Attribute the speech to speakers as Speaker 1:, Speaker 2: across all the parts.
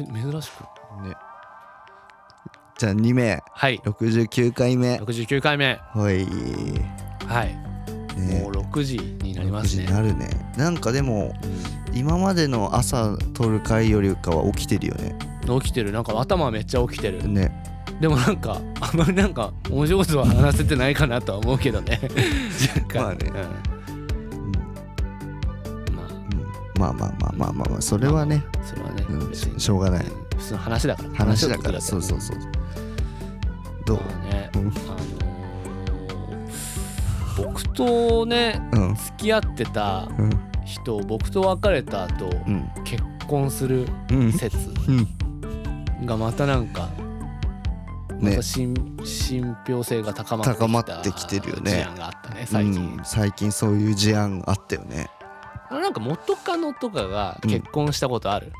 Speaker 1: え珍しく
Speaker 2: ねじゃあ2名
Speaker 1: はい
Speaker 2: 69回目
Speaker 1: 69回目
Speaker 2: ほい
Speaker 1: はい、
Speaker 2: ね
Speaker 1: もう6時になり
Speaker 2: 6
Speaker 1: ます
Speaker 2: 時
Speaker 1: ね
Speaker 2: になるねなんかでも今までの朝撮る回よりかは起きてるよね
Speaker 1: うん起きてるなんか頭はめっちゃ起きてる
Speaker 2: ね
Speaker 1: でもなんかあんまりなんか面白いことは話せてないかなとは思うけ どね若干
Speaker 2: まあねうん、
Speaker 1: うんま
Speaker 2: まあまあまあまあまあまあそれはね
Speaker 1: あそれはね、
Speaker 2: うん
Speaker 1: 別に
Speaker 2: しょうがない
Speaker 1: うん普通の話だから
Speaker 2: 話だから
Speaker 1: 話
Speaker 2: そ
Speaker 1: を
Speaker 2: う
Speaker 1: 聞
Speaker 2: そ
Speaker 1: く
Speaker 2: うそう
Speaker 1: だ
Speaker 2: どう
Speaker 1: けだからまあね、
Speaker 2: うん
Speaker 1: あのー僕とね
Speaker 2: うん
Speaker 1: 付き合ってた
Speaker 2: うん
Speaker 1: 人僕と別れた後、
Speaker 2: うん
Speaker 1: 結婚する
Speaker 2: うん
Speaker 1: 説
Speaker 2: うん
Speaker 1: がまたなんか、ま
Speaker 2: ね
Speaker 1: た信信憑性が高まってきた
Speaker 2: 高まってきてるよね
Speaker 1: 事案があったね最近、
Speaker 2: うん最近そういう事案あったよね
Speaker 1: あのなんか元カノとかが
Speaker 2: うん
Speaker 1: 結婚したことある、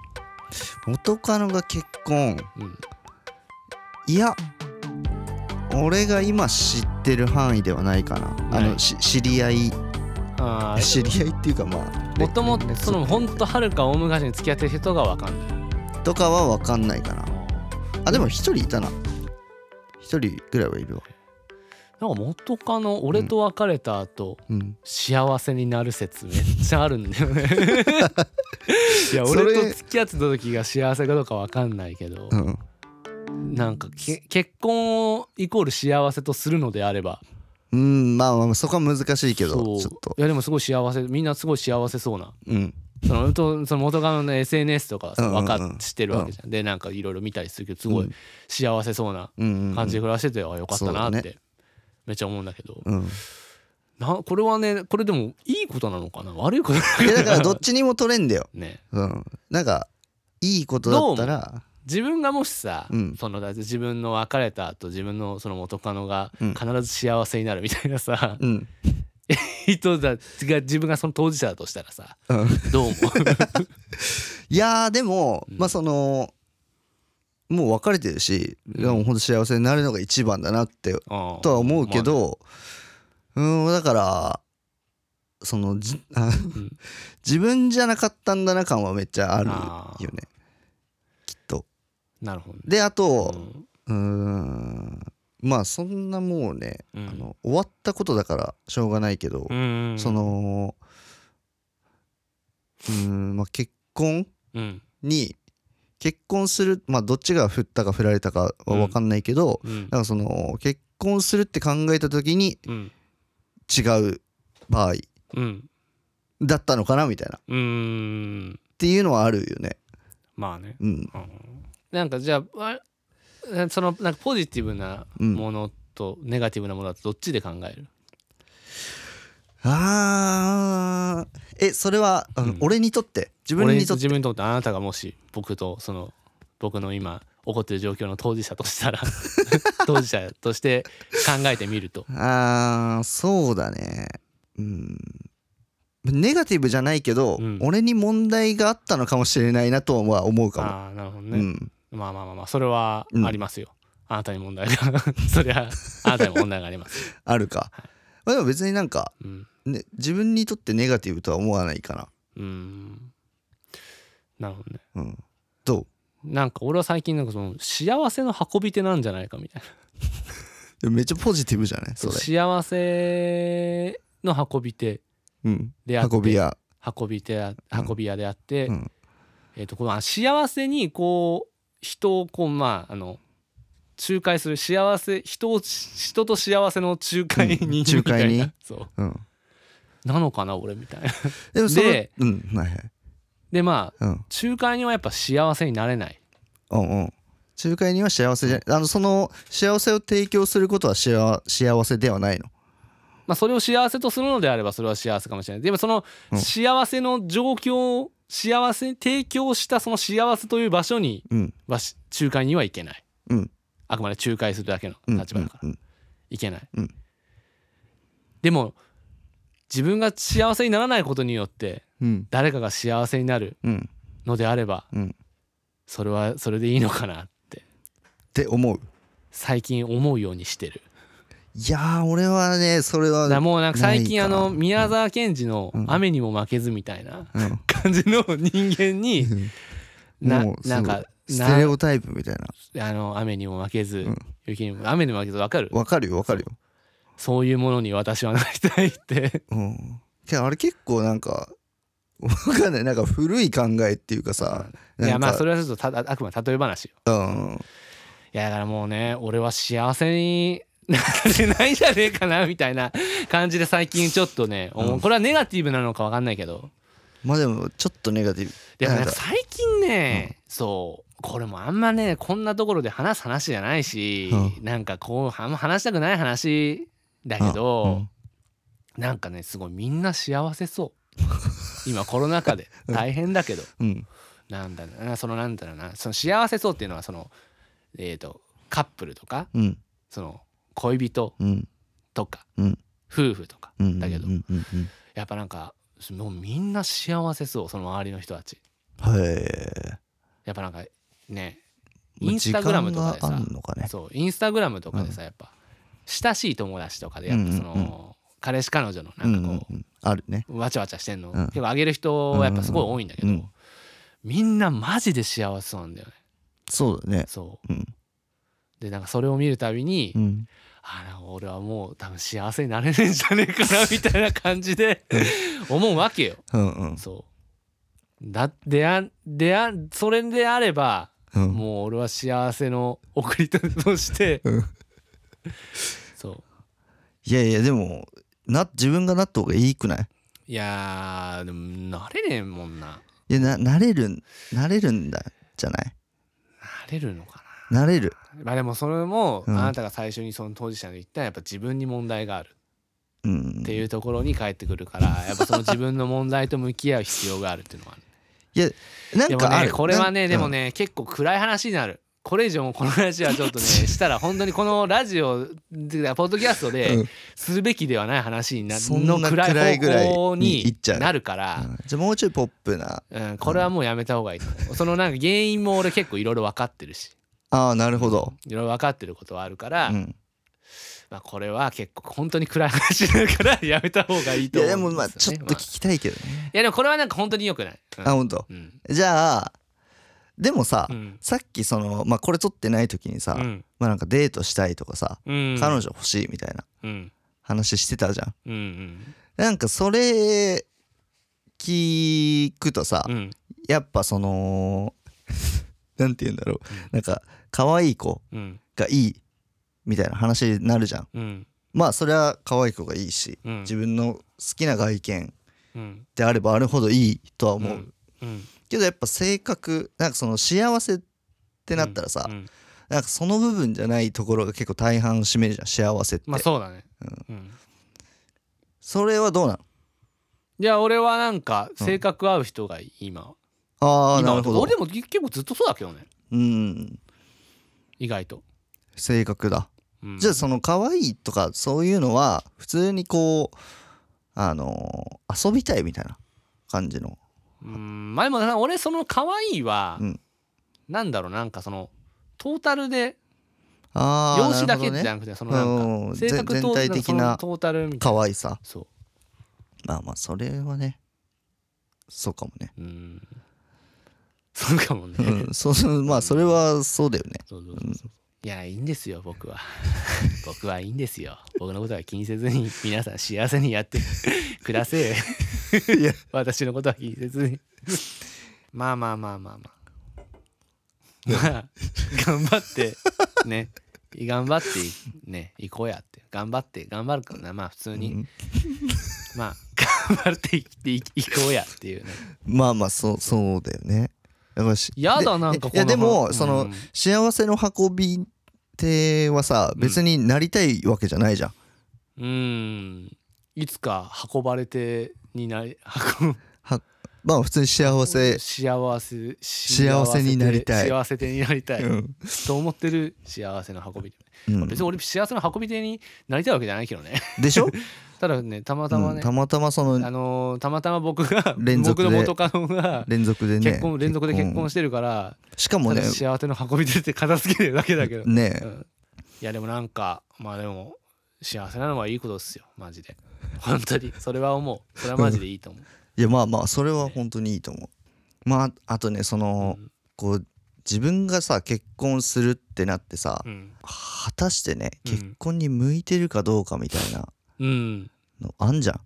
Speaker 2: 元カノが結婚
Speaker 1: うん
Speaker 2: いや俺が今知ってる範囲ではないかなあ
Speaker 1: な
Speaker 2: の
Speaker 1: い
Speaker 2: し知り合い
Speaker 1: ああ
Speaker 2: 知り合いっていうかまあ
Speaker 1: もとも
Speaker 2: ね
Speaker 1: とそのほんとはるか大昔に付き合ってる人が分かんない
Speaker 2: とかは分かんないかなあでも一人いたな一人ぐらいはいるわ
Speaker 1: なんか元カノ俺と別れた後、
Speaker 2: うん
Speaker 1: 幸せになる説めっちゃあるんだよねいや
Speaker 2: それ
Speaker 1: 俺と付き合ってた時が幸せかどうか分かんないけど、
Speaker 2: うん
Speaker 1: なんかけ結婚をイコール幸せとするのであれば
Speaker 2: うんまあまあそこは難しいけど
Speaker 1: そう
Speaker 2: ちょっと
Speaker 1: いやでもすごい幸せみんなすごい幸せそうな
Speaker 2: うん
Speaker 1: そのとその元カノの SNS とか
Speaker 2: う
Speaker 1: さ
Speaker 2: んうんうん
Speaker 1: 分かっしてるわけじゃん、でなんかいろいろ見たりするけどすご
Speaker 2: う
Speaker 1: い
Speaker 2: ん
Speaker 1: 幸せそうな
Speaker 2: うんうん
Speaker 1: 感じで暮らしてて、あよかったな
Speaker 2: そ
Speaker 1: っ
Speaker 2: うだ
Speaker 1: てめっちゃ思うんだけど、
Speaker 2: うん
Speaker 1: なこれはねこれでもいいことなのかな悪いことなのか
Speaker 2: い
Speaker 1: な
Speaker 2: やだからどっちにも取れんだよ
Speaker 1: ね
Speaker 2: うんなんかいいことだ ったら
Speaker 1: 自分がもしさ、
Speaker 2: うん
Speaker 1: そのだって自分の別れた後自分のその元カノが
Speaker 2: うん
Speaker 1: 必ず幸せになるみたいなさ、
Speaker 2: うん
Speaker 1: 人だが自分がその当事者だとしたらさ
Speaker 2: うん
Speaker 1: どう 思
Speaker 2: いやーでも、
Speaker 1: うん
Speaker 2: まあそのもう別れてるし、いやもうほんと幸せになるのが一番だなって
Speaker 1: う、うん
Speaker 2: とは思うけ、ど、うーんだからそのじあ
Speaker 1: ん
Speaker 2: 自分じゃなかったんだな感はめっちゃある
Speaker 1: あー
Speaker 2: よねきっと。
Speaker 1: まあねなるほどね、
Speaker 2: であ
Speaker 1: う
Speaker 2: と
Speaker 1: ん
Speaker 2: うーんまあそんなもうね、
Speaker 1: うん
Speaker 2: あの終わったことだからしょうがないけど、
Speaker 1: うん
Speaker 2: そ、のうーんまあ結婚
Speaker 1: うん
Speaker 2: に結婚するまあどっちが振ったか振られたかは分かんないけど、
Speaker 1: うん
Speaker 2: なんかその結婚するって考えた時に
Speaker 1: うん
Speaker 2: 違う場合
Speaker 1: うん
Speaker 2: だったのかなみたいなっ
Speaker 1: うん
Speaker 2: ていうのはあるよね
Speaker 1: まあね、
Speaker 2: うん
Speaker 1: うん、なんかじゃああそのなんかポジティブな
Speaker 2: うん
Speaker 1: ものとネガティブなものだとどっちで考える、
Speaker 2: あーえそれは、あの
Speaker 1: うん
Speaker 2: 俺にとって自分
Speaker 1: 俺
Speaker 2: にとって
Speaker 1: 自分にとってあなたがもし僕とその僕の今起こってる状況の当事者とした ら当事者として考えてみると
Speaker 2: あーそうだねうんネガティブじゃないけど、
Speaker 1: うん
Speaker 2: 俺に問題があったのかもしれないなとは思うかも
Speaker 1: ああなるほど
Speaker 2: う
Speaker 1: ね、
Speaker 2: ん
Speaker 1: まあまあまあまあそれはありますよ、あなたに問題が そりゃあなたに問題があります、
Speaker 2: あるか、まあ、でも別になんか、
Speaker 1: うん、
Speaker 2: ね、自分にとってネガティブとは思わないか
Speaker 1: うんなるほどね
Speaker 2: なうんど
Speaker 1: なんか俺は最近なんかその幸せの運び手なんじゃないかみたいな
Speaker 2: うめっちゃポジティブじゃないそれ
Speaker 1: 幸せの運び手
Speaker 2: うん
Speaker 1: であって
Speaker 2: 運び屋
Speaker 1: 運び手や運び屋であって、
Speaker 2: うん
Speaker 1: えー、とこのあ幸せにこう人をこうまああの仲介する幸せ人を人と幸せの仲介人みたいな、
Speaker 2: うん仲介人
Speaker 1: そ
Speaker 2: うん
Speaker 1: うなのかな俺みたいな
Speaker 2: でもそれ
Speaker 1: で
Speaker 2: うんはいはい
Speaker 1: でまあ
Speaker 2: うん
Speaker 1: 仲介人はやっぱ幸せになれない
Speaker 2: うんうん仲介人は幸せじゃあのその幸せを提供することは幸幸せではないの
Speaker 1: まあそれを幸せとするのであればそれは幸せかもしれないでもその
Speaker 2: うん
Speaker 1: 幸せの状況を幸せに提供したその幸せという場所に
Speaker 2: うん
Speaker 1: はし仲介人はいけない
Speaker 2: うん
Speaker 1: あくまで仲介するだけの
Speaker 2: うん
Speaker 1: 立場だから、
Speaker 2: うん
Speaker 1: いけない、
Speaker 2: うん
Speaker 1: でも自分が幸せにならないことによって
Speaker 2: うん
Speaker 1: 誰かが幸せになる
Speaker 2: うんっ
Speaker 1: のであれば、
Speaker 2: うん
Speaker 1: それはそれでいいのかなって
Speaker 2: て思う
Speaker 1: 最近思うようにしてる
Speaker 2: いやー俺はねそれは
Speaker 1: だからもうなんか最近
Speaker 2: な
Speaker 1: あ
Speaker 2: いかな
Speaker 1: の宮沢賢治の「
Speaker 2: うん
Speaker 1: 雨にも負けず」みたいな
Speaker 2: うん
Speaker 1: 感じの人間に
Speaker 2: うん
Speaker 1: な
Speaker 2: もう
Speaker 1: なんか
Speaker 2: ステレオタイプみたいな
Speaker 1: あの雨にも負けず、
Speaker 2: ん
Speaker 1: 雪にも雨にも負けず分かる
Speaker 2: わかるよわかるよ
Speaker 1: そういうものに私はなりたいって
Speaker 2: うんけどあれ結構なんかわかんないなんか古い考えっていうかさ
Speaker 1: いや
Speaker 2: なんか
Speaker 1: まあそれはちょっとたああくまで例え話よ
Speaker 2: うん
Speaker 1: いやだからもうね俺は幸せになれないんじゃねえかなみたいな感じで最近ちょっとね、思うこれはネガティブなのか分かんないけど
Speaker 2: まあでもちょっとネガティブ
Speaker 1: でもなん
Speaker 2: な
Speaker 1: か
Speaker 2: んか
Speaker 1: 最近ね、そうこれもあんまねこんなところで話す話じゃないし、
Speaker 2: う
Speaker 1: なんかこうあんま話したくない話だけど、
Speaker 2: うん
Speaker 1: なんかねすごいみんな幸せそう 今コロナ禍で大変だけど、
Speaker 2: うん
Speaker 1: なんだろうなそのなんだろうなその幸せそうっていうのはそのえっ、とカップルとか
Speaker 2: うん
Speaker 1: その恋人
Speaker 2: うん
Speaker 1: とか、
Speaker 2: うん
Speaker 1: 夫婦とか、
Speaker 2: うん
Speaker 1: だけど
Speaker 2: うんうんうん
Speaker 1: やっぱなんかもうみんな幸せそうその周りの人たち
Speaker 2: へ
Speaker 1: やっぱなんかね
Speaker 2: え
Speaker 1: インスタグラムとかで
Speaker 2: 時間
Speaker 1: さ
Speaker 2: があんのかね
Speaker 1: そうインスタグラムとかでさやっぱ親しい友達とかでやっぱその、
Speaker 2: うんうんう
Speaker 1: 彼氏彼女のなんかこう、
Speaker 2: うんうんうんあるね
Speaker 1: わちゃわちゃしてんの、
Speaker 2: うん
Speaker 1: 結構あげる人はやっぱすごい多いんだけど、
Speaker 2: うんうん
Speaker 1: みんなマジで幸せそうなんだよね
Speaker 2: そうだね
Speaker 1: そう
Speaker 2: うん
Speaker 1: でなんかそれを見るたびに、
Speaker 2: うん
Speaker 1: あなんか俺はもう多分幸せになれねえんじゃねえかなみたいな感じ で思うわけよ
Speaker 2: うんうん
Speaker 1: そうだであであそれであれば
Speaker 2: うん
Speaker 1: もう俺は幸せの送り手として
Speaker 2: うん
Speaker 1: そう
Speaker 2: いやいやでもな自分がなった方がいいくない
Speaker 1: いやーでもなれねえもんない
Speaker 2: やななれるんなれるんだじゃない
Speaker 1: なれるのかな
Speaker 2: なれる
Speaker 1: まあでもそれもあ
Speaker 2: うん
Speaker 1: なたが最初にその当事者の言ったやっぱ自分に問題がある
Speaker 2: うん
Speaker 1: っていうところに返ってくる からやっぱその自分の問題と向き合う必要があるっていうのはある
Speaker 2: いやな
Speaker 1: で
Speaker 2: ん
Speaker 1: も
Speaker 2: かあ
Speaker 1: ね
Speaker 2: る
Speaker 1: これはね
Speaker 2: な
Speaker 1: で
Speaker 2: ん
Speaker 1: もね結構暗い話になるこれ以上もうこの話はちょっとねしたら本当にこのラジオてかポッドキャスト
Speaker 2: う
Speaker 1: で
Speaker 2: ん
Speaker 1: すべきではない話にな
Speaker 2: そんな
Speaker 1: の暗い方向になるか
Speaker 2: う
Speaker 1: ら
Speaker 2: ん、うんじゃあもうちょいポップな
Speaker 1: うん、これはもうやめた方がいいと思うそのなんか原因も俺結構いろいろ分かってるし
Speaker 2: ああなるほど
Speaker 1: いろいろ分かってることはあるから、
Speaker 2: うん
Speaker 1: まあ、これは結構本当に暗い話だからやめた方がいい
Speaker 2: い
Speaker 1: と
Speaker 2: や
Speaker 1: 思うん
Speaker 2: でもまあ
Speaker 1: です
Speaker 2: ちょ
Speaker 1: よ
Speaker 2: っ
Speaker 1: ね
Speaker 2: と聞
Speaker 1: まあ
Speaker 2: きたいけどね
Speaker 1: いやでもこれはなんか本当に良くない、うん
Speaker 2: あ本当
Speaker 1: うん
Speaker 2: じゃあでもさ
Speaker 1: うん
Speaker 2: さっきそのまあこれ撮ってない時にさ
Speaker 1: うん
Speaker 2: まあなんかデートしたいとかさ
Speaker 1: うん
Speaker 2: 彼女欲しいみたいな
Speaker 1: うん
Speaker 2: 話してたじゃん
Speaker 1: うんうん
Speaker 2: なんかそれ聞くとさ
Speaker 1: うん
Speaker 2: やっぱその なんて言うんだろうなんか可愛い子
Speaker 1: うん
Speaker 2: がいいみたいな話になるじゃん
Speaker 1: うん
Speaker 2: まあそれは可愛い子がいいし
Speaker 1: うん
Speaker 2: 自分の好きな外見
Speaker 1: うん
Speaker 2: であればあるほどいいとは思う、
Speaker 1: んうん
Speaker 2: けどやっぱ性格なんかその幸せってなったらさ、
Speaker 1: うん
Speaker 2: なんかその部分じゃないところが結構大半を占めるじゃん幸せって、
Speaker 1: まあそうだね、うん
Speaker 2: それはどうなの
Speaker 1: いや俺はなんか性格合う人がいい今は
Speaker 2: ああ
Speaker 1: 今
Speaker 2: な
Speaker 1: は
Speaker 2: るほど
Speaker 1: 俺でも結構ずっとそうだけどね
Speaker 2: うん
Speaker 1: 意外と、
Speaker 2: 性格だ、
Speaker 1: うん
Speaker 2: じゃあその可愛いとかそういうのは普通にこうあのー遊びたいみたいな感じの
Speaker 1: うんまあでもな俺その可愛いは、
Speaker 2: うん
Speaker 1: なんだろうなんかそのトータルで
Speaker 2: ああ
Speaker 1: 容姿だけじ
Speaker 2: な
Speaker 1: ゃ
Speaker 2: る
Speaker 1: なくてそのなん
Speaker 2: うん
Speaker 1: か性格と
Speaker 2: 全全体的なん
Speaker 1: かそのトータルみたい
Speaker 2: ほ
Speaker 1: な
Speaker 2: どね可愛さ
Speaker 1: そ
Speaker 2: まあまあそれはねそうかもね
Speaker 1: ううん そうかもね、
Speaker 2: うんそうそう まあそれはそうだよね
Speaker 1: そうそうそうそういやいいんですよ僕は 僕はいいんですよ僕のことは気にせずに皆さん幸せにやってくだせえ 私のことは気にせずにまあまあまあまあまあまあ頑張ってね頑張っていね行こうやって頑張って頑張るからなまあ普通に、
Speaker 2: うん
Speaker 1: まあ頑張っていっていいこうやっていうね
Speaker 2: まあまあそうそうだよねだからし
Speaker 1: やだ
Speaker 2: で
Speaker 1: なんか
Speaker 2: いや
Speaker 1: この
Speaker 2: でも
Speaker 1: 話
Speaker 2: そ
Speaker 1: うん
Speaker 2: の幸せの運び手はさ別になりたいわけじゃないじゃん
Speaker 1: うんいつか運ばれてになり運ぶ
Speaker 2: まあ普通に幸せ
Speaker 1: 幸せ
Speaker 2: 幸せになりたい
Speaker 1: 幸せ手になりたい、
Speaker 2: うん
Speaker 1: と思ってる幸せの運び手、
Speaker 2: うん
Speaker 1: 別に俺幸せの運び手になりたいわけじゃないけど ね
Speaker 2: でしょ
Speaker 1: ただねたまたま
Speaker 2: うん
Speaker 1: ね、
Speaker 2: たまたまそ
Speaker 1: あ
Speaker 2: の
Speaker 1: のーたまたま僕が
Speaker 2: 連続
Speaker 1: 僕
Speaker 2: で
Speaker 1: の元カノが
Speaker 2: 連続でね
Speaker 1: 結婚、連続で結婚してるから、
Speaker 2: しかも
Speaker 1: た
Speaker 2: ね
Speaker 1: だ幸せの運び手って片付けてるだけだけど、
Speaker 2: ね
Speaker 1: うんいやでもなんかまあでも幸せなのはいいことっすよマジで本当にそれは思うそれはマジでいいと思う
Speaker 2: いやまあまあそれは本当にいいと思うまああとねそのこう自分がさ結婚するってなってさ、
Speaker 1: うん
Speaker 2: 果たしてね
Speaker 1: うん
Speaker 2: 結婚に向いてるかどうかみたいな
Speaker 1: うん
Speaker 2: のあんじゃん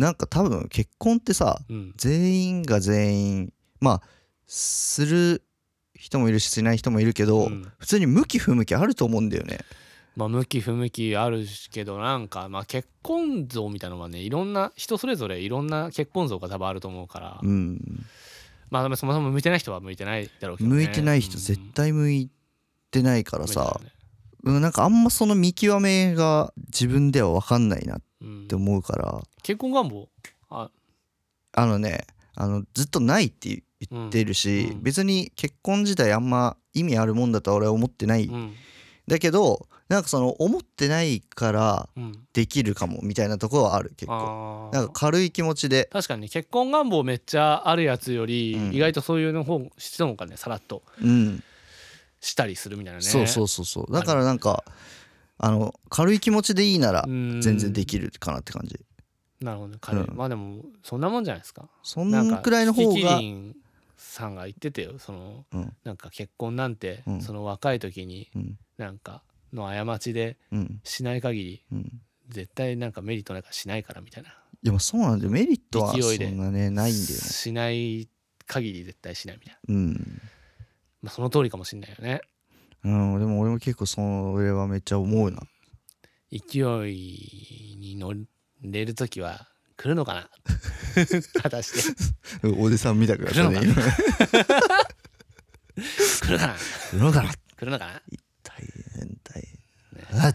Speaker 2: なんか多分結婚ってさ
Speaker 1: うん
Speaker 2: 全員が全員まあする人もいるししない人もいるけど、
Speaker 1: うん
Speaker 2: 普通に向き不向きあると思うんだよね
Speaker 1: まあ向き不向きあるけどなんかまあ結婚像みたいなのはねいろんな人それぞれいろんな結婚像が多分あると思うから、
Speaker 2: うん
Speaker 1: まあでもそもそも向いてない人は向いてないだろうけど、ね、
Speaker 2: 向いてない人絶対向いてないから
Speaker 1: 対
Speaker 2: さ、うんなんかあんまその見極めが自分では分かんないなっ
Speaker 1: うん
Speaker 2: て、思うから
Speaker 1: 結婚願望あ
Speaker 2: あのねあのずっとないって
Speaker 1: うん
Speaker 2: 言ってるし、
Speaker 1: うん
Speaker 2: 別に結婚自体あんま意味あるもんだとは俺は思ってない、
Speaker 1: うん
Speaker 2: だけどなんかその思ってないから
Speaker 1: うん
Speaker 2: できるかもみたいなところはある結
Speaker 1: あ
Speaker 2: 構
Speaker 1: ー
Speaker 2: なんか軽い気持ちで、
Speaker 1: 確かに結婚願望めっちゃあるやつより、
Speaker 2: うん
Speaker 1: 意外とそういうの方質問がねさらっと
Speaker 2: うん
Speaker 1: したりするみたいなね
Speaker 2: そうそうそうそうだからなんかあの軽い気持ちでいいなら
Speaker 1: うん
Speaker 2: 全然できるかなって感じ
Speaker 1: なるほどね彼
Speaker 2: うん
Speaker 1: まあでもそんなもんじゃないですか
Speaker 2: そ
Speaker 1: なん
Speaker 2: ん
Speaker 1: か
Speaker 2: くらいの方
Speaker 1: キキ
Speaker 2: が
Speaker 1: リンさんが言ってたよその、
Speaker 2: うん
Speaker 1: なんか結婚なんて、
Speaker 2: うん
Speaker 1: その若い時に
Speaker 2: うん
Speaker 1: なんかの過ちで
Speaker 2: うん
Speaker 1: しない限り
Speaker 2: うん
Speaker 1: 絶対なんかメリットなんかしないからみたいない
Speaker 2: やまあそうなんだよメリットは
Speaker 1: 勢い
Speaker 2: そ
Speaker 1: で
Speaker 2: んなねないんだよね
Speaker 1: しない限り絶対しないみたいな、
Speaker 2: うん、
Speaker 1: まあ、その通りかもしんないよね
Speaker 2: うん、でも俺も結構それはめっちゃ思うな
Speaker 1: 勢いに乗れる時は来るのか な果たして
Speaker 2: おじさん見たくなった ね
Speaker 1: 来るの来るかな
Speaker 2: 今だから
Speaker 1: 来るのかな
Speaker 2: 大変大変、
Speaker 1: ね
Speaker 2: あ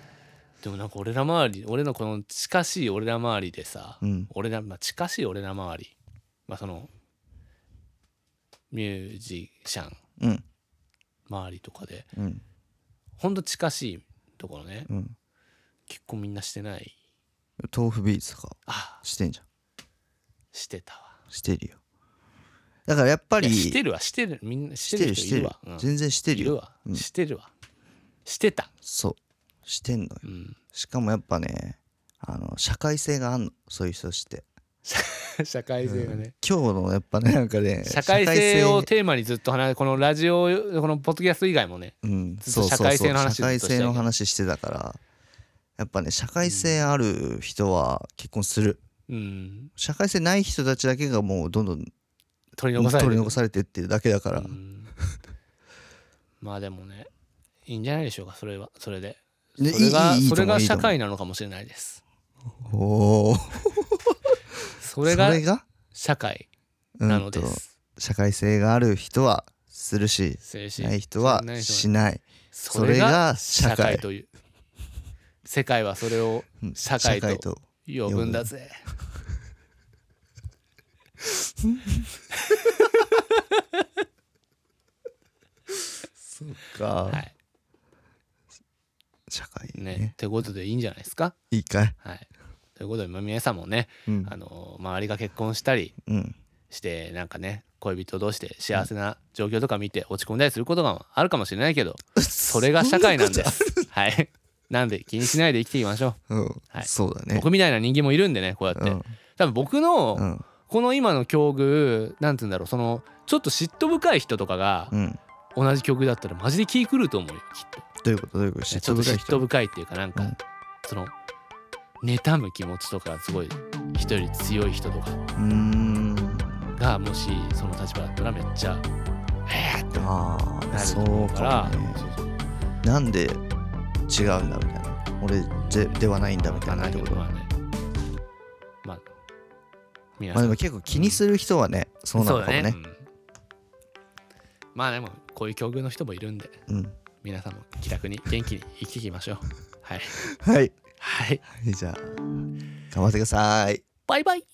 Speaker 1: でもなんか俺ら周り俺のこの近しい俺ら周りでさ、
Speaker 2: うん
Speaker 1: 俺ら、まあ、近しい俺ら周りまあそのミュージシャン
Speaker 2: うん
Speaker 1: 周りとかで
Speaker 2: うん
Speaker 1: ほんと近しいところね
Speaker 2: うん
Speaker 1: 結構みんなしてない
Speaker 2: 豆腐ビーツとか
Speaker 1: あ
Speaker 2: してんじゃん
Speaker 1: してたわ
Speaker 2: してるよだからやっぱ
Speaker 1: い
Speaker 2: り
Speaker 1: やしてるわしてるみんなしてる
Speaker 2: し
Speaker 1: 人い
Speaker 2: てる
Speaker 1: るわうん
Speaker 2: 全然して
Speaker 1: い
Speaker 2: る
Speaker 1: る
Speaker 2: よ
Speaker 1: わ
Speaker 2: うん
Speaker 1: してるわしてた
Speaker 2: そうしてんのよ
Speaker 1: うん
Speaker 2: しかもやっぱねあの社会性があんのそういう人たちって
Speaker 1: 社会性がね、
Speaker 2: 今日のやっぱねなんかね
Speaker 1: 社会性をテーマにずっと話このラジオこのポッドキャスト以外もね
Speaker 2: うん、
Speaker 1: ずっと社会性の話
Speaker 2: 社会
Speaker 1: ずっとして
Speaker 2: 性
Speaker 1: たよ
Speaker 2: の話してたからやっぱね社会性ある人は結婚する、
Speaker 1: うん
Speaker 2: 社会性ない人たちだけがもうどんどん
Speaker 1: 取り残され
Speaker 2: 取
Speaker 1: て
Speaker 2: り
Speaker 1: る
Speaker 2: 残されてっていうだけだから、
Speaker 1: うん まあでもねいいんじゃないでしょうかそれはそれで
Speaker 2: ね
Speaker 1: それが
Speaker 2: いいいいいい
Speaker 1: そ
Speaker 2: と
Speaker 1: れ
Speaker 2: 思う
Speaker 1: が
Speaker 2: いいと
Speaker 1: 社
Speaker 2: 思う
Speaker 1: 会なのかもしれないです
Speaker 2: おお
Speaker 1: それが
Speaker 2: それが
Speaker 1: 社会
Speaker 2: うん
Speaker 1: なので
Speaker 2: と
Speaker 1: す
Speaker 2: 社会性がある人はするし
Speaker 1: 精神
Speaker 2: ない人はしない
Speaker 1: そ
Speaker 2: そ
Speaker 1: れ
Speaker 2: れ
Speaker 1: が
Speaker 2: が
Speaker 1: 社
Speaker 2: 社会
Speaker 1: 会という世界はそれを
Speaker 2: うん
Speaker 1: 社会と呼ぶんだぜ
Speaker 2: そうか、
Speaker 1: はい
Speaker 2: 社会ね
Speaker 1: ねってことでいいんじゃないですか
Speaker 2: いいかい
Speaker 1: はいということでまあ皆さんもね
Speaker 2: うん
Speaker 1: あの周りが結婚したり
Speaker 2: うん
Speaker 1: してなんかね恋人同士で幸せな状況とか見て落ち込んだりすることがあるかもしれないけどそれが社会なんです。はい。なんで気にしないで生きていきましょ
Speaker 2: うん、
Speaker 1: はい
Speaker 2: そうだ
Speaker 1: う。
Speaker 2: ね
Speaker 1: 僕みたいな人間もいるんでね、こうやっ
Speaker 2: う
Speaker 1: て
Speaker 2: ん。
Speaker 1: 多分僕
Speaker 2: う
Speaker 1: の
Speaker 2: ん
Speaker 1: この今の境遇、なんて言うんだろう、そのちょっと嫉妬深い人とかが
Speaker 2: うん
Speaker 1: 同じ境遇だったらマジで気狂うと思うよ。きっと
Speaker 2: どういうことどういうこと
Speaker 1: ね
Speaker 2: 嫉
Speaker 1: ちょ
Speaker 2: 妬
Speaker 1: っと
Speaker 2: 深い
Speaker 1: 嫉妬
Speaker 2: 人
Speaker 1: 深いっていうかなん
Speaker 2: う
Speaker 1: か
Speaker 2: ん
Speaker 1: その妬む気持ちとかすごい人より強い人とか
Speaker 2: うーん
Speaker 1: がもしその立場だったらめっちゃえーって
Speaker 2: ああ
Speaker 1: なる
Speaker 2: そ
Speaker 1: と
Speaker 2: う
Speaker 1: 思うから
Speaker 2: かもねなんで違うんだみたいな俺でではないんだみたいなってこと
Speaker 1: まあ
Speaker 2: ま
Speaker 1: ねまあ皆
Speaker 2: あ
Speaker 1: さ
Speaker 2: で
Speaker 1: ん
Speaker 2: も結構気にする人はねそうなのかもね
Speaker 1: そうだうんまあでもこういう境遇の人もいるんで
Speaker 2: うん
Speaker 1: 皆さんも気楽に元気に生きていきまし ょうはい
Speaker 2: はい
Speaker 1: はい
Speaker 2: はいじゃあ頑張ってください
Speaker 1: バイバイ